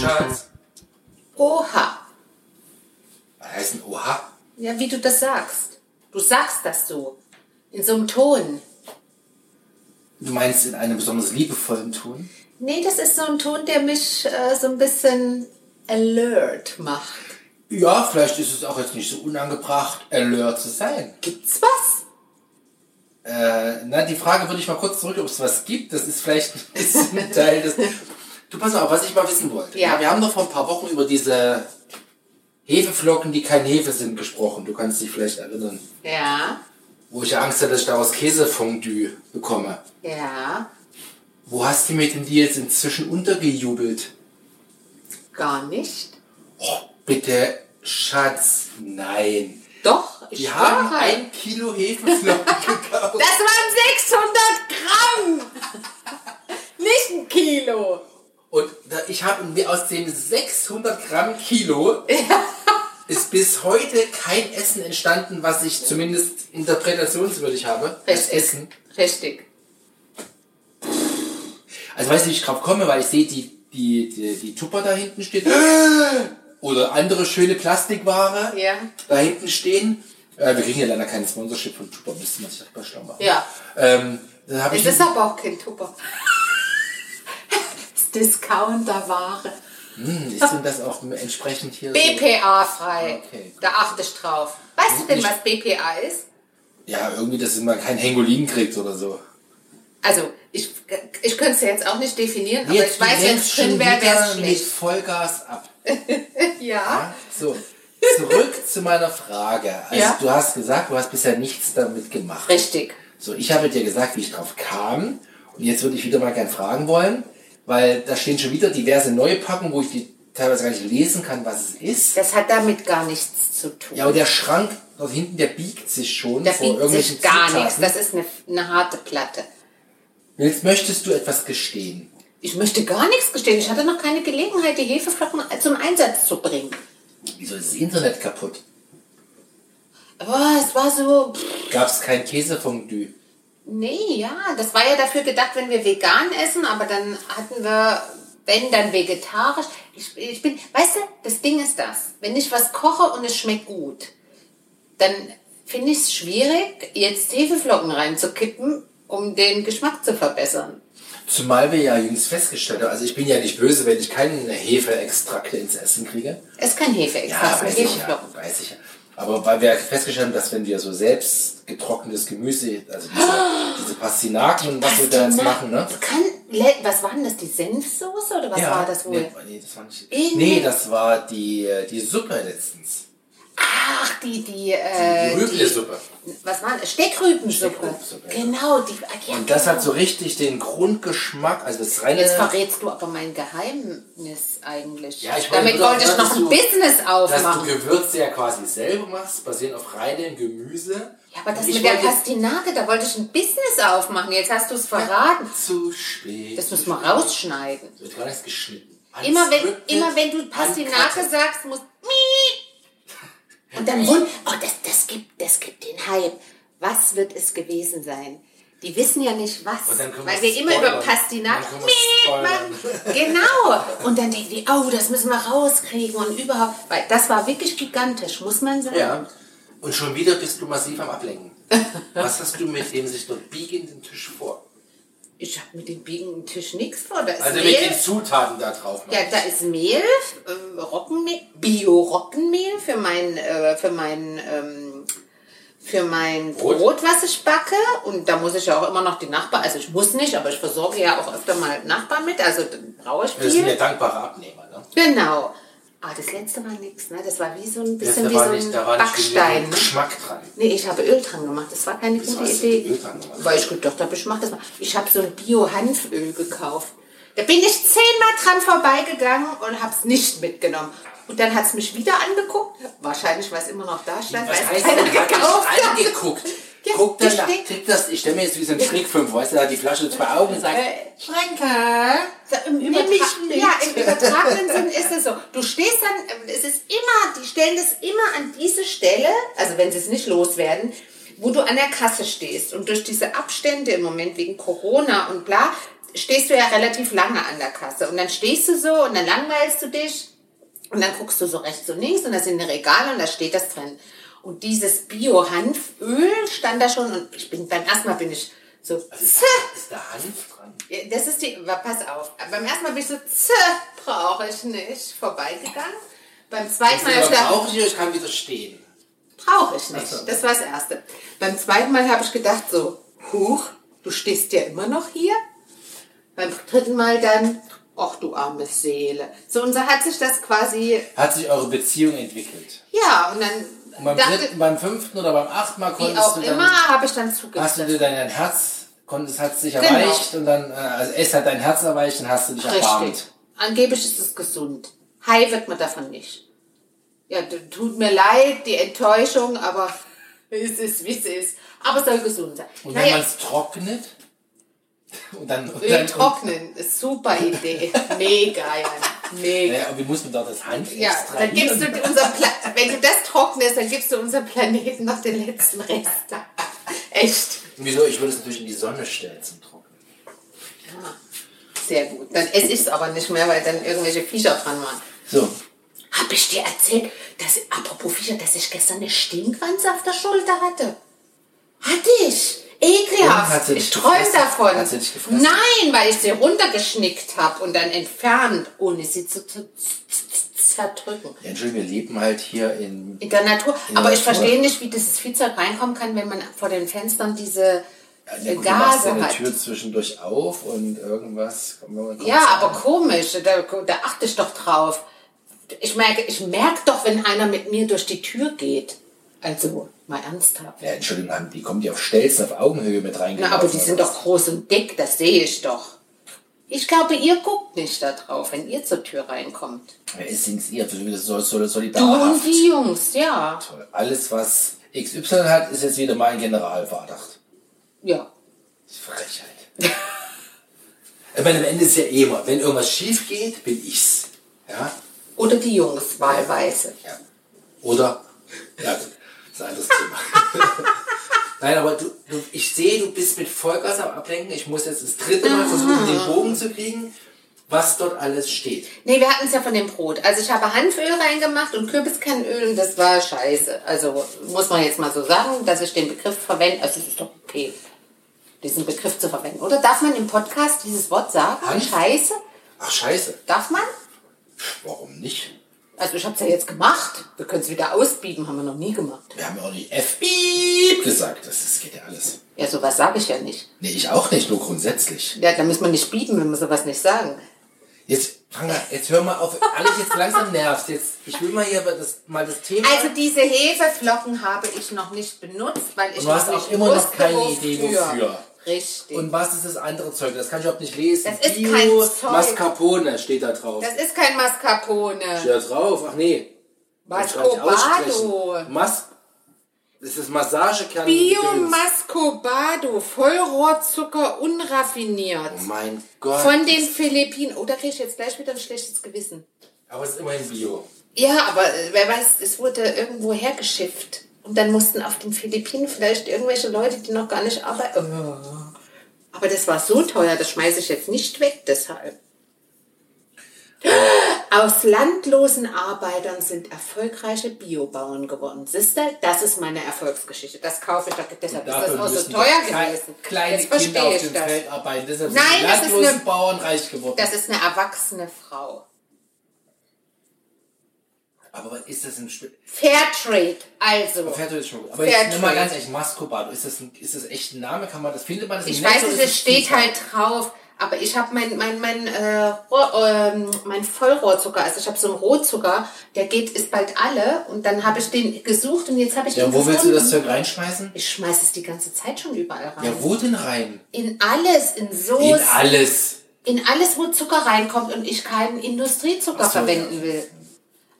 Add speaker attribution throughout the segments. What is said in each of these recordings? Speaker 1: Schatz.
Speaker 2: Oha.
Speaker 1: Was heißt denn Oha?
Speaker 2: Ja, wie du das sagst. Du sagst das so. In so einem Ton.
Speaker 1: Du meinst in einem besonders liebevollen Ton?
Speaker 2: Nee, das ist so ein Ton, der mich äh, so ein bisschen alert macht.
Speaker 1: Ja, vielleicht ist es auch jetzt nicht so unangebracht, alert zu sein.
Speaker 2: Gibt's was?
Speaker 1: Äh, na, die Frage würde ich mal kurz zurück, ob es was gibt. Das ist vielleicht ein bisschen Teil des. Du pass auf, was ich mal wissen wollte.
Speaker 2: Ja.
Speaker 1: Wir haben doch vor ein paar Wochen über diese Hefeflocken, die kein Hefe sind, gesprochen. Du kannst dich vielleicht erinnern.
Speaker 2: Ja.
Speaker 1: Wo ich ja Angst hatte, dass ich daraus Käsefondue bekomme.
Speaker 2: Ja.
Speaker 1: Wo hast du mir denn die jetzt inzwischen untergejubelt?
Speaker 2: Gar nicht.
Speaker 1: Oh, bitte, Schatz, nein.
Speaker 2: Doch, ich
Speaker 1: Die haben
Speaker 2: schwöre.
Speaker 1: ein Kilo Hefeflocken gekauft.
Speaker 2: Das waren 600 Gramm! Nicht ein Kilo!
Speaker 1: Und da, ich habe mir aus dem 600 Gramm Kilo ist bis heute kein Essen entstanden, was ich zumindest interpretationswürdig habe. Das Essen.
Speaker 2: Richtig.
Speaker 1: Also weißt du, wie ich drauf komme, weil ich sehe die, die, die, die Tupper da hinten steht. Oder andere schöne Plastikware
Speaker 2: Ja.
Speaker 1: da hinten stehen. Äh, wir kriegen ja leider keinen Sponsorship von Tupper, müssen wir sich darüber schlau machen.
Speaker 2: Ja.
Speaker 1: Ähm, dann habe ich
Speaker 2: Es ist aber auch kein Tupper. Das ist Discounterware.
Speaker 1: Hm, ist denn das auch entsprechend hier so?
Speaker 2: BPA-frei.
Speaker 1: Okay.
Speaker 2: Da achte ich drauf. Weißt du denn, was BPA ist?
Speaker 1: Ja, irgendwie, dass man kein Hengolin kriegt oder so.
Speaker 2: Also, ich, ich könnte es ja jetzt auch nicht definieren, aber ich
Speaker 1: du
Speaker 2: weiß, wenn es
Speaker 1: lenkst schon
Speaker 2: drin wäre, wäre es
Speaker 1: wieder mit
Speaker 2: schlecht.
Speaker 1: Vollgas ab.
Speaker 2: Ja?
Speaker 1: So, zurück zu meiner Frage. Also
Speaker 2: Ja.
Speaker 1: du hast gesagt, du hast bisher nichts damit gemacht.
Speaker 2: Richtig.
Speaker 1: So, ich habe dir gesagt, wie ich drauf kam. Und jetzt würde ich wieder mal gern fragen wollen, weil da stehen schon wieder diverse neue Packen, wo ich die teilweise gar nicht lesen kann, was es ist.
Speaker 2: Das hat damit gar nichts zu tun.
Speaker 1: Ja, aber der Schrank dort hinten, der biegt sich schon
Speaker 2: da
Speaker 1: vor
Speaker 2: biegt
Speaker 1: irgendwelchen
Speaker 2: sich gar nichts.
Speaker 1: Zutaten.
Speaker 2: Das ist eine, eine harte Platte.
Speaker 1: Jetzt möchtest du etwas gestehen.
Speaker 2: Ich möchte gar nichts gestehen. Ich hatte noch keine Gelegenheit, die Hefeflocken zum Einsatz zu bringen.
Speaker 1: Wieso ist das Internet kaputt?
Speaker 2: Aber es war so, pff,
Speaker 1: Gab es kein Käsefondue?
Speaker 2: nee, ja, das war ja dafür gedacht, wenn wir vegan essen, aber dann hatten wir, wenn, dann vegetarisch. Ich, ich bin, weißt du, das Ding ist das, wenn ich was koche und es schmeckt gut, dann finde ich es schwierig, jetzt Hefeflocken reinzukippen, um den Geschmack zu verbessern.
Speaker 1: Zumal wir ja jüngst festgestellt haben, also ich bin ja nicht böse, wenn ich keinen Hefeextrakt ins Essen kriege.
Speaker 2: Es kann Hefe, ich
Speaker 1: Ja,
Speaker 2: ja,
Speaker 1: weiß ich ja,
Speaker 2: Hefeflocken.
Speaker 1: weiß ich ja. Aber weil wir festgestellt haben, dass wenn wir so selbst getrocknetes Gemüse, also diese, diese Pastinaken und was wir da jetzt machen, ne?
Speaker 2: Das kann, le- was war denn das, die Senfsoße oder was war das wohl?
Speaker 1: Nee, nee, das war nicht.
Speaker 2: Eh,
Speaker 1: Nee,
Speaker 2: nee.
Speaker 1: das war die, äh, die Suppe letztens.
Speaker 2: Ach, die, die,
Speaker 1: Die
Speaker 2: äh,
Speaker 1: Rüblesuppe.
Speaker 2: was waren Steckrübensuppe.
Speaker 1: Steckrübensuppe, ja.
Speaker 2: Genau, die, ah, ja,
Speaker 1: Und das
Speaker 2: genau.
Speaker 1: hat so richtig den Grundgeschmack, also das reine.
Speaker 2: Jetzt verrätst du aber mein Geheimnis eigentlich.
Speaker 1: Ja, ich wollte
Speaker 2: Damit
Speaker 1: nur
Speaker 2: wollte ich
Speaker 1: sagen,
Speaker 2: noch
Speaker 1: dass
Speaker 2: ein
Speaker 1: du-
Speaker 2: Business
Speaker 1: dass du
Speaker 2: aufmachen.
Speaker 1: Gewürze ja quasi selber machst, basierend auf reinem Gemüse.
Speaker 2: Ja, aber das
Speaker 1: Und ich
Speaker 2: mit der
Speaker 1: wollte-
Speaker 2: Pastinake, da wollte ich ein Business aufmachen. Jetzt hast du es verraten.
Speaker 1: Zu spät.
Speaker 2: Das müssen wir rausschneiden.
Speaker 1: Wird gar nichts geschnitten.
Speaker 2: Immer wenn,
Speaker 1: Unscripted,
Speaker 2: immer wenn du Pastinake
Speaker 1: uncut.
Speaker 2: sagst, musst Mie. Und dann wund oh, das, das, gibt, das gibt den Hype. Was wird es gewesen sein? Die wissen ja nicht was,
Speaker 1: Und dann können
Speaker 2: weil
Speaker 1: wir
Speaker 2: wir immer über
Speaker 1: spoilern.
Speaker 2: Pastinake
Speaker 1: Dann können wir
Speaker 2: Mie
Speaker 1: spoilern.
Speaker 2: machen. Genau. Und dann denken die, oh, das müssen wir rauskriegen und überhaupt. Weil das war wirklich gigantisch, muss man sagen.
Speaker 1: Ja. Und schon wieder bist du massiv am Ablenken. Was hast du mit dem sich dort biegenden Tisch vor?
Speaker 2: Ich habe mit dem biegenden Tisch nichts vor. Da ist
Speaker 1: Also mit
Speaker 2: Mehl.
Speaker 1: den Zutaten da drauf. ne?
Speaker 2: Ja, da ist Mehl, äh, Roggenmehl, Bio-Roggenmehl für mein, äh, für mein, ähm, für mein
Speaker 1: Brot?
Speaker 2: Brot. was ich backe. Und da muss ich ja auch immer noch die Nachbarn, also ich muss nicht, aber ich versorge ja auch öfter mal Nachbarn mit, also dann brauche ich
Speaker 1: Das sind ja
Speaker 2: viel.
Speaker 1: dankbare Abnehmer. Ne?
Speaker 2: Genau. Ah, das letzte war nichts, ne? Das war wie so ein bisschen
Speaker 1: da
Speaker 2: wie so
Speaker 1: war
Speaker 2: ein
Speaker 1: nicht, da war nicht
Speaker 2: Backstein.
Speaker 1: genügend
Speaker 2: ne?
Speaker 1: Geschmack dran.
Speaker 2: Nee, ich habe Öl dran gemacht. Das war keine
Speaker 1: Wieso
Speaker 2: gute
Speaker 1: hast du also die
Speaker 2: Idee.
Speaker 1: Öl dran gemacht?
Speaker 2: Weil ich gedacht habe, ich mache das mal. Ich habe so ein Bio-Hanföl gekauft. Da bin ich zehnmal dran vorbeigegangen und habe es nicht mitgenommen. Und dann hat es mich wieder angeguckt. Wahrscheinlich, weil es immer noch da stand, weil
Speaker 1: Was
Speaker 2: es
Speaker 1: heißt
Speaker 2: keiner
Speaker 1: denn, hat
Speaker 2: gekauft
Speaker 1: nicht
Speaker 2: hat.
Speaker 1: angeguckt?
Speaker 2: Ja,
Speaker 1: Guck dann nach,
Speaker 2: verstehe.
Speaker 1: krieg das, ich stelle mir jetzt wie so einen Trickfilm vor, weißt du, da hat die Flasche in zwei Augen und sagt,
Speaker 2: Schranke, im,
Speaker 1: Äh, Nimm mich
Speaker 2: Übertra-
Speaker 1: mit.
Speaker 2: ja, im übertragenen Sinn ist es so. Du stehst dann, ähm, es ist immer, die stellen das immer an diese Stelle, also wenn sie es nicht loswerden, wo du an der Kasse stehst. Und durch diese Abstände im Moment wegen Corona und bla, stehst du ja relativ lange an der Kasse. Und dann stehst du so und dann langweilst du dich und dann guckst du so rechts und links und da sind die Regale und da steht das drin. Und dieses Bio-Hanföl stand da schon und ich bin beim ersten Mal bin ich so,
Speaker 1: Also ist, da, ist da Hanf dran?
Speaker 2: Ja, Das ist die, wa- pass auf. Beim ersten Mal bin ich so, "Zäh, brauche ich nicht, vorbeigegangen. Beim zweiten Mal habe ich
Speaker 1: Das
Speaker 2: gedacht,
Speaker 1: brauche ich, ich kann widerstehen.
Speaker 2: brauche ich nicht.
Speaker 1: Ach so.
Speaker 2: Das war das Erste. Beim zweiten Mal habe ich gedacht so, huch, du stehst ja immer noch hier. Beim dritten Mal dann, ach du arme Seele. So, und so hat sich das quasi,
Speaker 1: Hat sich eure Beziehung entwickelt?
Speaker 2: ja, und dann
Speaker 1: Und beim dritten,
Speaker 2: dachte,
Speaker 1: beim fünften oder beim achten Mal
Speaker 2: wie
Speaker 1: konntest
Speaker 2: auch
Speaker 1: du dann,
Speaker 2: immer, habe ich dann
Speaker 1: hast du
Speaker 2: zugestimmt.
Speaker 1: dir dann dein Herz, konntest, hat sich
Speaker 2: Genau.
Speaker 1: erweicht und dann, äh, also es hat dein Herz erweicht und hast du dich
Speaker 2: Richtig.
Speaker 1: erbarmt.
Speaker 2: Angeblich ist es gesund. High wird man davon nicht. Ja, t- tut mir leid, die Enttäuschung, aber es ist, wie es ist. Aber es soll gesund sein.
Speaker 1: Und wenn man
Speaker 2: naja,
Speaker 1: es trocknet, und dann, und
Speaker 2: Öl
Speaker 1: dann
Speaker 2: trocknen ist super Idee. Mega, ja.
Speaker 1: Und,
Speaker 2: Mega.
Speaker 1: naja, und wie muss man da das Hanf
Speaker 2: Ja, dann
Speaker 1: extrahieren?
Speaker 2: gibst du unser Pla wenn du das trocknest, dann gibst du unserem Planeten noch den letzten Rest. Echt.
Speaker 1: Wieso? Ich würde es natürlich in die Sonne stellen zum Trocknen.
Speaker 2: Sehr gut. Dann esse ich es aber nicht mehr, weil dann irgendwelche Viecher dran waren.
Speaker 1: So.
Speaker 2: Hab ich dir erzählt, dass, apropos Viecher, dass ich gestern eine Stinkwanze auf der Schulter hatte? Hatte ich.
Speaker 1: Und hat
Speaker 2: Ekelhaft.
Speaker 1: sie dich
Speaker 2: Ich träum
Speaker 1: gefressen?
Speaker 2: davon.
Speaker 1: Hat sie dich gefressen?
Speaker 2: Nein, weil ich sie runtergeschnickt habe und dann entfernt, ohne sie zu zu- zu- zu zerdrücken.
Speaker 1: Ja, Entschuldigung, wir leben halt hier in...
Speaker 2: In der Natur.
Speaker 1: der
Speaker 2: Aber ich
Speaker 1: Natur.
Speaker 2: verstehe nicht, wie dieses Viehzeug reinkommen kann, wenn man vor den Fenstern diese
Speaker 1: Ja,
Speaker 2: äh,
Speaker 1: gut, du machst
Speaker 2: Gase
Speaker 1: deine
Speaker 2: hat.
Speaker 1: Tür zwischendurch auf und irgendwas... kommt- kommt
Speaker 2: Ja,
Speaker 1: so
Speaker 2: aber
Speaker 1: rein.
Speaker 2: komisch, da, da achte ich doch drauf. Ich merke, ich merke doch, wenn einer mit mir durch die Tür geht. Also, mal ernsthaft.
Speaker 1: Ja, Entschuldigung, haben- die kommen die auf Stelzen, auf Augenhöhe mit reingelaufen.
Speaker 2: Na, aber die
Speaker 1: oder
Speaker 2: sind
Speaker 1: was?
Speaker 2: doch groß und dick, das sehe ich doch. Ich glaube, ihr guckt nicht da drauf, wenn ihr zur Tür reinkommt.
Speaker 1: Wer ist sind's ihr? Soll, soll,
Speaker 2: Du
Speaker 1: solidarhaft.
Speaker 2: und die Jungs, ja.
Speaker 1: Alles, was XY hat, ist jetzt wieder mal ein Generalverdacht.
Speaker 2: Ja.
Speaker 1: Das ist Frechheit. ich meine, am Ende ist ja eh immer, wenn irgendwas schief geht, bin ich's. Ja?
Speaker 2: Oder die Jungs wahlweise.
Speaker 1: ja. Oder? Ja, gut. Das ist ein anderes Thema. Nein, aber du, du, ich sehe, du bist mit Vollgas am Ablenken. Ich muss jetzt das dritte Mal versuchen, den Bogen zu kriegen, was dort alles steht.
Speaker 2: Nee, wir hatten es ja von dem Brot. Also ich habe Hanföl reingemacht und Kürbiskernöl und das war scheiße. Also muss man jetzt mal so sagen, dass ich den Begriff verwende. Also es ist doch okay, diesen Begriff zu verwenden. Oder darf man im Podcast dieses Wort sagen?
Speaker 1: Hanf?
Speaker 2: Scheiße?
Speaker 1: Ach, scheiße.
Speaker 2: Darf man?
Speaker 1: Warum nicht?
Speaker 2: Also ich habe es ja jetzt gemacht. Wir können es wieder ausbieben, haben wir noch nie gemacht.
Speaker 1: Wir haben ja auch nicht FB gesagt. Das, das geht ja alles.
Speaker 2: Ja, sowas sage ich ja nicht.
Speaker 1: Nee, ich auch nicht, nur grundsätzlich.
Speaker 2: Ja, da müssen wir nicht bieben, wenn wir sowas nicht sagen.
Speaker 1: Jetzt, fang mal, jetzt hör mal auf, alles jetzt langsam nervt. Jetzt, ich will mal hier aber das, mal das Thema.
Speaker 2: Also diese Hefeflocken habe ich noch nicht benutzt, weil ich
Speaker 1: Und du hast
Speaker 2: noch
Speaker 1: auch
Speaker 2: nicht
Speaker 1: immer noch
Speaker 2: wusste,
Speaker 1: keine Idee, wofür.
Speaker 2: Richtig.
Speaker 1: und was ist das andere Zeug? Das kann ich überhaupt nicht lesen.
Speaker 2: Das ist kein Zeug.
Speaker 1: Mascarpone steht da drauf.
Speaker 2: das ist kein Mascarpone.
Speaker 1: steht da drauf. Ach nee. Das kann ich nicht
Speaker 2: Mascobado.
Speaker 1: aussprechen. Mas das ist Massagekern.
Speaker 2: Bio-Mascobado, Vollrohrzucker, unraffiniert.
Speaker 1: Oh mein Gott.
Speaker 2: Von den Philippinen. Oh, da kriege ich jetzt gleich wieder ein schlechtes Gewissen.
Speaker 1: aber es ist immerhin Bio.
Speaker 2: Ja, aber äh, wer weiß, es wurde irgendwo hergeschifft. Und dann mussten auf den Philippinen vielleicht irgendwelche Leute, die noch gar nicht arbeiten. Oh. Aber das war so teuer, das schmeiße ich jetzt nicht weg deshalb. Aus landlosen Arbeitern sind erfolgreiche Biobauern geworden. Siehst du, das ist meine Erfolgsgeschichte. Das kaufe ich doch. Deshalb ist das
Speaker 1: Dafür
Speaker 2: auch so
Speaker 1: müssen
Speaker 2: teuer
Speaker 1: doch kei-
Speaker 2: gewesen.
Speaker 1: Kleine
Speaker 2: jetzt
Speaker 1: Kinder
Speaker 2: verstehe
Speaker 1: auf
Speaker 2: ich
Speaker 1: dem
Speaker 2: das.
Speaker 1: Feld arbeiten. Deshalb
Speaker 2: Nein,
Speaker 1: sind die
Speaker 2: das ist
Speaker 1: landlosen
Speaker 2: eine-
Speaker 1: Bauern reich geworden.
Speaker 2: Das ist eine erwachsene Frau.
Speaker 1: aber was ist das ein Spiel?
Speaker 2: Fairtrade, also.
Speaker 1: Fairtrade ist schon gut. Aber
Speaker 2: Fairtrade.
Speaker 1: jetzt nimm mal ganz ehrlich, Mascobado. Ist das, ein, ist das echt ein Name? Kann man das, findet man das im
Speaker 2: Ich
Speaker 1: Netz
Speaker 2: weiß
Speaker 1: oder
Speaker 2: es,
Speaker 1: ist
Speaker 2: es
Speaker 1: das
Speaker 2: steht
Speaker 1: Zufall?
Speaker 2: halt drauf. Aber ich habe mein, mein, mein, äh, Rohr, ähm, mein Vollrohrzucker, also ich habe so einen Rohzucker, der geht, ist bald alle und dann habe ich den gesucht und jetzt habe ich
Speaker 1: Ja,
Speaker 2: den
Speaker 1: und wo willst du
Speaker 2: gefunden.
Speaker 1: das Zeug reinschmeißen?
Speaker 2: Ich schmeiß es die ganze Zeit schon überall rein.
Speaker 1: Ja, wo denn rein?
Speaker 2: In alles, in
Speaker 1: In
Speaker 2: Soße,
Speaker 1: alles.
Speaker 2: in alles, wo Zucker reinkommt und ich keinen Industriezucker
Speaker 1: Ach so,
Speaker 2: verwenden
Speaker 1: ja.
Speaker 2: will.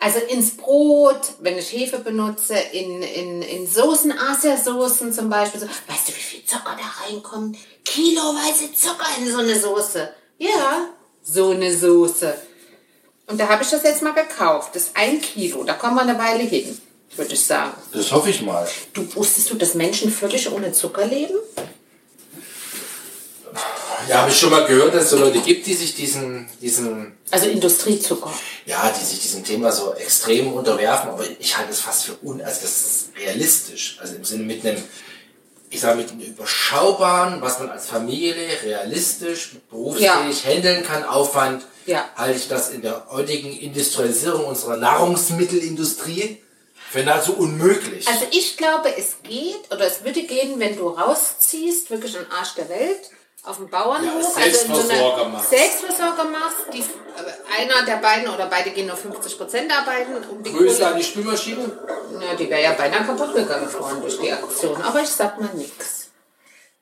Speaker 2: Also ins Brot, wenn ich Hefe benutze, in, in, in Soßen, Asiasoßen zum Beispiel. So, weißt du, wie viel Zucker da reinkommt? Kiloweise Zucker in so eine Soße. Ja, so eine Soße. Und da habe ich das jetzt mal gekauft. Das ist ein Kilo. Da kommen wir eine Weile hin, würde ich sagen.
Speaker 1: Das hoffe ich mal.
Speaker 2: Du wusstest du, dass Menschen völlig ohne Zucker leben?
Speaker 1: Ja, habe ich schon mal gehört, dass es so Leute gibt, die sich diesen, diesen,
Speaker 2: Also Industriezucker.
Speaker 1: ja, die sich diesem Thema so extrem unterwerfen, aber ich halte es fast für un, also das ist realistisch. Also im Sinne mit einem, ich sage mit einem überschaubaren, was man als Familie realistisch, berufsfähig handeln kann, Aufwand,
Speaker 2: Ja.
Speaker 1: halte ich das in der heutigen Industrialisierung unserer Nahrungsmittelindustrie für nahezu unmöglich.
Speaker 2: Also ich glaube, es geht oder es würde gehen, wenn du rausziehst, wirklich am Arsch der Welt, auf dem Bauernhof, Also
Speaker 1: Ja, Selbstversorger machst.
Speaker 2: Selbstversorger machst, die, äh, einer der beiden oder beide gehen nur 50% arbeiten, um die
Speaker 1: Grüße
Speaker 2: Kohle,
Speaker 1: an die Spülmaschine.
Speaker 2: na, die wäre ja beinahe kaputt gegangen, Freunde, durch die Aktion, aber ich sag mal nix.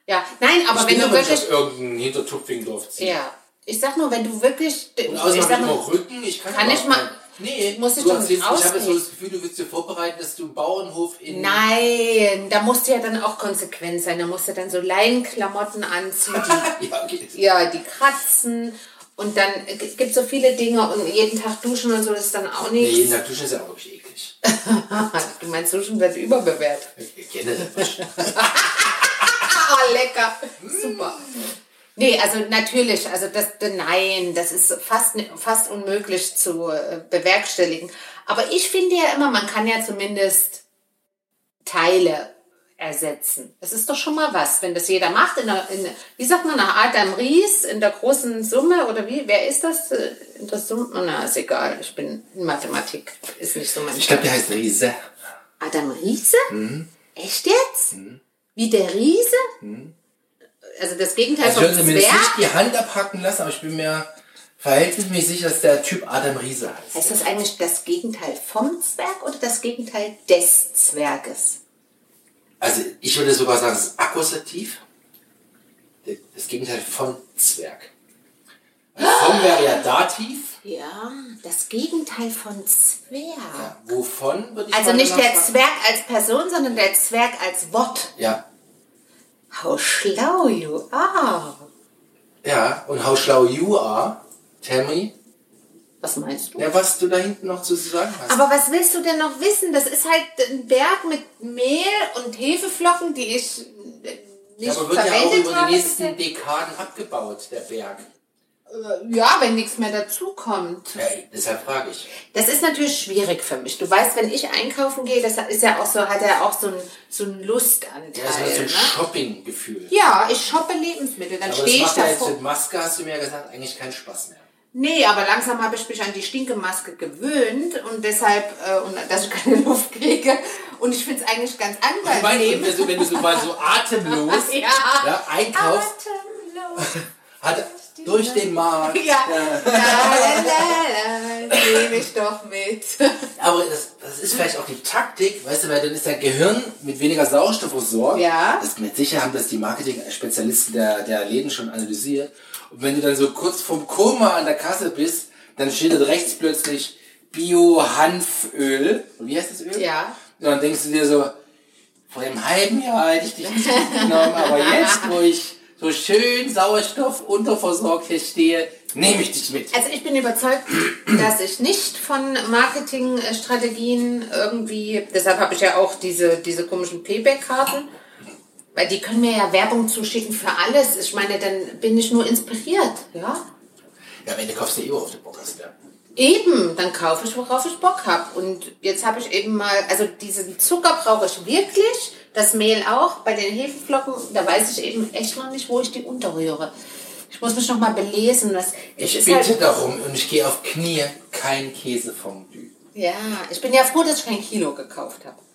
Speaker 2: Ja, nein, aber
Speaker 1: Ich
Speaker 2: wenn
Speaker 1: bin
Speaker 2: du
Speaker 1: aber nicht auf
Speaker 2: wirklich,
Speaker 1: irgendeinen Hintertupfingdorf ziehen.
Speaker 2: ja, ich sag nur, wenn du wirklich,
Speaker 1: Und
Speaker 2: Also ich
Speaker 1: außerdem habe Also ich
Speaker 2: sag mal,
Speaker 1: immer Rücken. Ich kann,
Speaker 2: Kann ich
Speaker 1: überhaupt
Speaker 2: mal-
Speaker 1: nicht. Nee,
Speaker 2: Muss ich
Speaker 1: du
Speaker 2: doch
Speaker 1: hast
Speaker 2: nicht
Speaker 1: jetzt, ich habe jetzt so
Speaker 2: rausgehen.
Speaker 1: das Gefühl, du willst dir vorbereiten, dass du einen Bauernhof in.
Speaker 2: nein, da musst du ja dann auch konsequent sein, da musst du dann so Leinenklamotten anziehen, die
Speaker 1: Ja, okay.
Speaker 2: ja, die kratzen und dann äh, es gibt so viele Dinge und jeden Tag duschen und so das ist dann auch
Speaker 1: Nee,
Speaker 2: nicht.
Speaker 1: jeden Tag duschen ist ja auch wirklich eklig. Äh,
Speaker 2: Du meinst Duschen wird überbewertet.
Speaker 1: Generell.
Speaker 2: Ah, lecker. Super. Nee, also natürlich, also das nein, das ist fast fast unmöglich zu äh, bewerkstelligen, aber ich finde ja immer, man kann ja zumindest Teile ersetzen. Das ist doch schon mal was, wenn das jeder macht in der, in, wie sagt man nach Adam Ries in der großen Summe oder wie wer ist das äh, in der Summe? Na, ist egal, ich bin in Mathematik ist nicht so mein
Speaker 1: Ich glaube, der heißt Riese.
Speaker 2: Adam Riese?
Speaker 1: Mhm.
Speaker 2: Echt jetzt? Wie der Riese? Also das Gegenteil
Speaker 1: Mhm. Also ich
Speaker 2: vom
Speaker 1: würde mir jetzt nicht
Speaker 2: Zwerg?
Speaker 1: die Hand abhacken lassen, aber ich bin mir verhältnismäßig sicher, dass der Typ Adam Riese heißt.
Speaker 2: Heißt das eigentlich das Gegenteil vom Zwerg oder das Gegenteil des Zwerges?
Speaker 1: Also ich würde sogar sagen, es ist Akkusativ. Das Gegenteil von Zwerg. Weil Vom wäre ja Dativ.
Speaker 2: Ja, das Gegenteil von Zwerg.
Speaker 1: Wovon würde ich
Speaker 2: Also
Speaker 1: mal
Speaker 2: nicht der
Speaker 1: nachfragen?
Speaker 2: Zwerg als Person, sondern der Zwerg als Wort.
Speaker 1: Ja,
Speaker 2: How schlau you are.
Speaker 1: Ja, und how schlau you are, tell me,
Speaker 2: Was meinst du?
Speaker 1: ja, was du da hinten noch zu sagen hast.
Speaker 2: Aber was willst du denn noch wissen? Das ist halt ein Berg mit Mehl und Hefeflocken, die ich äh, nicht
Speaker 1: ja, aber wird ja auch
Speaker 2: verwendet
Speaker 1: über
Speaker 2: habe.
Speaker 1: die nächsten Dekaden abgebaut, der Berg.
Speaker 2: Ja, wenn nichts mehr dazukommt.
Speaker 1: Ja, deshalb frage ich.
Speaker 2: Das ist natürlich schwierig für mich. Du weißt, wenn ich einkaufen gehe, das ist ja auch so, hat er auch so einen so einen Lustanteil.
Speaker 1: Das ist mal so ein
Speaker 2: ne?
Speaker 1: Shopping-Gefühl.
Speaker 2: Ja, ich shoppe Lebensmittel, dann
Speaker 1: aber das
Speaker 2: stehe ich
Speaker 1: macht ja jetzt
Speaker 2: davor.
Speaker 1: mit Maske, hast du mir ja gesagt, eigentlich keinen Spaß mehr.
Speaker 2: Nee, aber langsam habe ich mich an die Stinkemaske gewöhnt und deshalb, äh, und dass ich keine Luft kriege. Und ich finde es eigentlich ganz
Speaker 1: Ich meine,
Speaker 2: angenehm.
Speaker 1: eben, wenn du, wenn du so mal so atemlos
Speaker 2: Ja.
Speaker 1: ja, einkaufst,
Speaker 2: Atemlos.
Speaker 1: hat durch den Markt.
Speaker 2: Ja. La, la, la, la, nehme ich doch mit.
Speaker 1: Aber das, das ist vielleicht auch die Taktik, weißt du, weil dann ist dein Gehirn mit weniger Sauerstoff versorgt.
Speaker 2: Ja.
Speaker 1: Das mit sicher haben das die Marketing-Spezialisten der, der Läden schon analysiert. Und wenn du dann so kurz vorm Koma an der Kasse bist, dann steht dort rechts plötzlich Bio-Hanföl. Und Wie heißt das Öl?
Speaker 2: Ja.
Speaker 1: Und dann denkst du dir so, vor einem halben Jahr hätte ich dich nicht genommen, aber jetzt, wo ich so schön Sauerstoff unterversorgt hier stehe, nehme ich dich mit.
Speaker 2: Also ich bin überzeugt, dass ich nicht von Marketingstrategien irgendwie, deshalb habe ich ja auch diese, diese komischen Payback-Karten, weil die können mir ja Werbung zuschicken für alles. Ich meine, dann bin ich nur inspiriert, ja.
Speaker 1: Ja, am Ende kaufst du eh, worauf du Bock hast. Ja.
Speaker 2: Eben, dann kaufe ich, worauf ich Bock habe. Und jetzt habe ich eben mal, also diesen Zucker brauche ich wirklich, das Mehl auch, bei den Hefeflocken, da weiß ich eben echt noch nicht, wo ich die unterrühre. Ich muss mich noch mal belesen. Was, es
Speaker 1: Ich
Speaker 2: ist
Speaker 1: bitte
Speaker 2: halt-
Speaker 1: darum und ich gehe auf Knie, kein Käsefondue.
Speaker 2: Ja, ich bin ja froh, dass ich kein Kilo gekauft habe.